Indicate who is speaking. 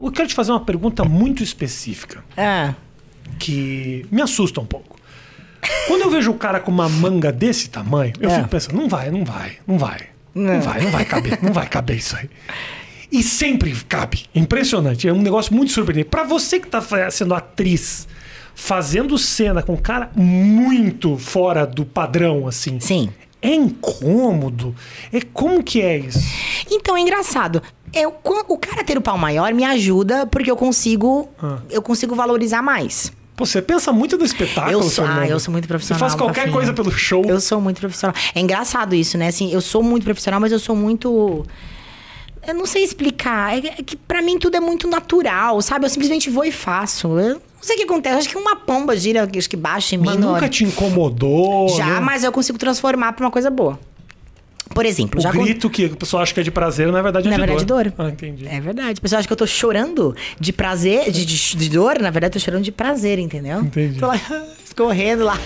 Speaker 1: Eu quero te fazer uma pergunta muito específica,
Speaker 2: Ah,
Speaker 1: que me assusta um pouco. Quando eu vejo o cara com uma manga desse tamanho, eu
Speaker 2: É.
Speaker 1: fico pensando, não vai, não vai, não vai. Não.
Speaker 2: Não.
Speaker 1: vai, não vai caber, não vai caber isso aí. E sempre cabe. Impressionante. É um negócio muito surpreendente. Pra você que tá fa- sendo atriz, fazendo cena com um cara muito fora do padrão, assim.
Speaker 2: sim.
Speaker 1: É incômodo. É como que é isso?
Speaker 2: Então é engraçado. Eu, co- o cara ter o pau maior me ajuda porque eu consigo.
Speaker 1: Ah.
Speaker 2: Eu consigo valorizar mais.
Speaker 1: Pô, você pensa muito no espetáculo,
Speaker 2: Eu sou,
Speaker 1: Fernando.
Speaker 2: ah, eu sou muito profissional.
Speaker 1: então Você faz qualquer
Speaker 2: Rafinha.
Speaker 1: coisa pelo show.
Speaker 2: Eu sou muito profissional. É engraçado isso, né? Assim, eu sou muito profissional, mas eu sou muito. Eu não sei explicar. É que- é que pra mim tudo é muito natural, sabe? Eu simplesmente vou e faço. Eu não sei o que acontece. Acho que uma pomba gira, acho que baixa em mim.
Speaker 1: Mas
Speaker 2: na hora.
Speaker 1: nunca te incomodou.
Speaker 2: Já,
Speaker 1: né?
Speaker 2: mas eu consigo transformar pra uma coisa boa. Por exemplo,
Speaker 1: O
Speaker 2: já
Speaker 1: grito que a pessoa acha que é de prazer, na verdade é
Speaker 2: Na
Speaker 1: de
Speaker 2: verdade,
Speaker 1: dor.
Speaker 2: dor.
Speaker 1: Ah, entendi.
Speaker 2: É verdade. O pessoal acha que eu tô chorando de prazer, de, de- de dor. Na verdade, eu tô chorando de prazer, entendeu?
Speaker 1: Entendi.
Speaker 2: Tô lá, escorrendo lá.